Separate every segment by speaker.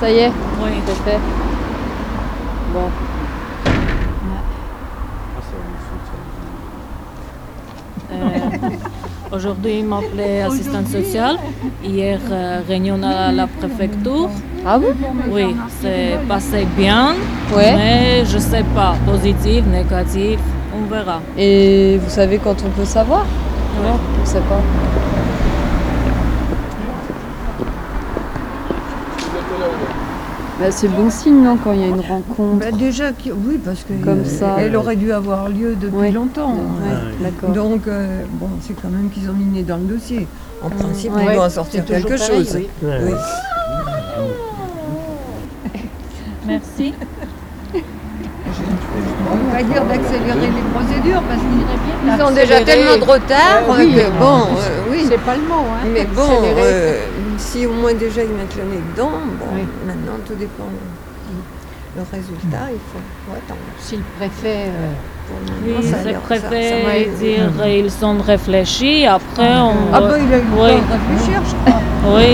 Speaker 1: Ça y est,
Speaker 2: Oui.
Speaker 1: c'est fait. Bon.
Speaker 2: Euh, Aujourd'hui, ils m'appelaient assistante sociale. Hier, euh, réunion à la préfecture.
Speaker 1: Ah bon
Speaker 2: Oui, c'est passé bien.
Speaker 1: Ouais.
Speaker 2: Mais je sais pas, positif, négatif, on verra.
Speaker 1: Et vous savez quand on peut savoir Non, on ne sait pas. Bah, c'est bon signe, non, quand il y a une rencontre.
Speaker 3: Bah, déjà, qui- oui, parce que
Speaker 1: Comme
Speaker 3: euh,
Speaker 1: ça.
Speaker 3: elle aurait dû avoir lieu depuis
Speaker 1: Ouais.
Speaker 3: longtemps.
Speaker 1: Ouais, d'accord.
Speaker 3: Donc, euh, bon, c'est quand même qu'ils ont mis le nez dans le dossier. En principe,
Speaker 1: Ouais.
Speaker 3: on doit en sortir quelque chose. Oui.
Speaker 2: Merci.
Speaker 3: On va dire d'accélérer les procédures parce qu'ils ont
Speaker 4: Accélérer.
Speaker 3: déjà tellement de retard
Speaker 4: Euh, oui.
Speaker 3: euh, que bon, euh, oui.
Speaker 4: C'est pas le mot, hein.
Speaker 3: Mais bon,
Speaker 4: Accélérer.
Speaker 3: euh, si au moins déjà ils mettent le nez dedans, bon,
Speaker 4: Oui.
Speaker 3: maintenant tout dépend. Le résultat, il faut, faut attendre.
Speaker 4: Si le préfet. euh,
Speaker 3: Pour le
Speaker 2: Oui,
Speaker 3: moment, Oh, ça a
Speaker 2: c'est
Speaker 3: l'air- ça- ça va
Speaker 2: préfet
Speaker 3: être-
Speaker 2: dire euh, ils sont réfléchis. Après, on.
Speaker 3: Ah ben, il a eu le temps
Speaker 2: Oui.
Speaker 3: de réfléchir, je crois.
Speaker 2: Oui,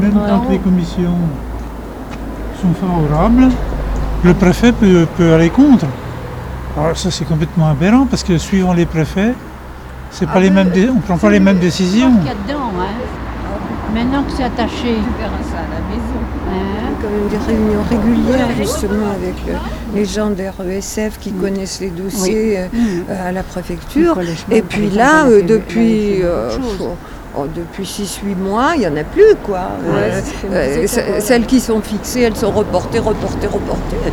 Speaker 5: Mais même quand les commissions sont favorables, le préfet peut, peut aller contre. Alors ça c'est complètement aberrant parce que suivant les préfets, c'est pas les mêmes dé- on ne prend pas les mêmes
Speaker 4: Je
Speaker 5: décisions.
Speaker 4: pense qu'il y a dedans, hein. Maintenant que c'est attaché.
Speaker 3: Il y a hein, quand même des réunions régulières justement avec le- les gens des RESF qui connaissent les dossiers euh, euh, à la préfecture. Et puis là, euh, depuis, euh, faut- oh, depuis 6-8 mois, il n'y en a plus quoi. Euh, euh, ce- celles qui sont fixées, elles sont reportées, reportées, reportées.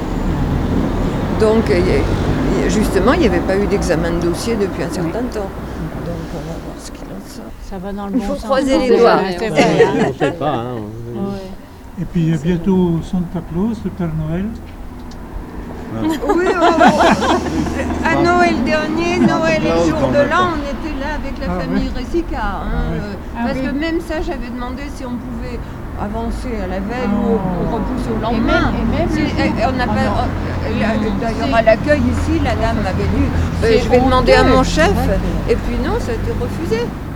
Speaker 3: Donc euh, y a- y a- justement, il n'y avait pas eu d'examen de dossier depuis un certain temps. Donc on va voir ce qu'il en sort.
Speaker 4: Ça va dans le bon sens.
Speaker 3: croiser les
Speaker 4: C'est
Speaker 3: doigts.
Speaker 4: vrai, c'est
Speaker 1: Ouais.
Speaker 4: vrai.
Speaker 6: on sait pas. Hein.
Speaker 5: Et puis il y a bientôt Santa Claus, le Père Noël.
Speaker 3: Oui, oh, oh. à Noël dernier, Noël et le jour de l'an, on était là avec la
Speaker 5: Ah,
Speaker 3: famille Ressica. hein,
Speaker 5: oui.
Speaker 3: euh,
Speaker 4: Ah,
Speaker 3: parce que même ça, j'avais demandé si on pouvait avancer à la veille ou ou repousser au
Speaker 4: Ah. Et
Speaker 3: lendemain.
Speaker 4: même, et même
Speaker 3: Si-
Speaker 4: le
Speaker 3: eh,
Speaker 4: jour-
Speaker 3: on n'a pas-
Speaker 4: Ah
Speaker 3: euh, la- D'ailleurs,
Speaker 4: C'est-
Speaker 3: à l'accueil ici, la dame m'avait dit euh,
Speaker 4: C'est
Speaker 3: Je vais demander à
Speaker 4: honteux.
Speaker 3: mon chef. Et puis non, ça a été refusé.
Speaker 4: non.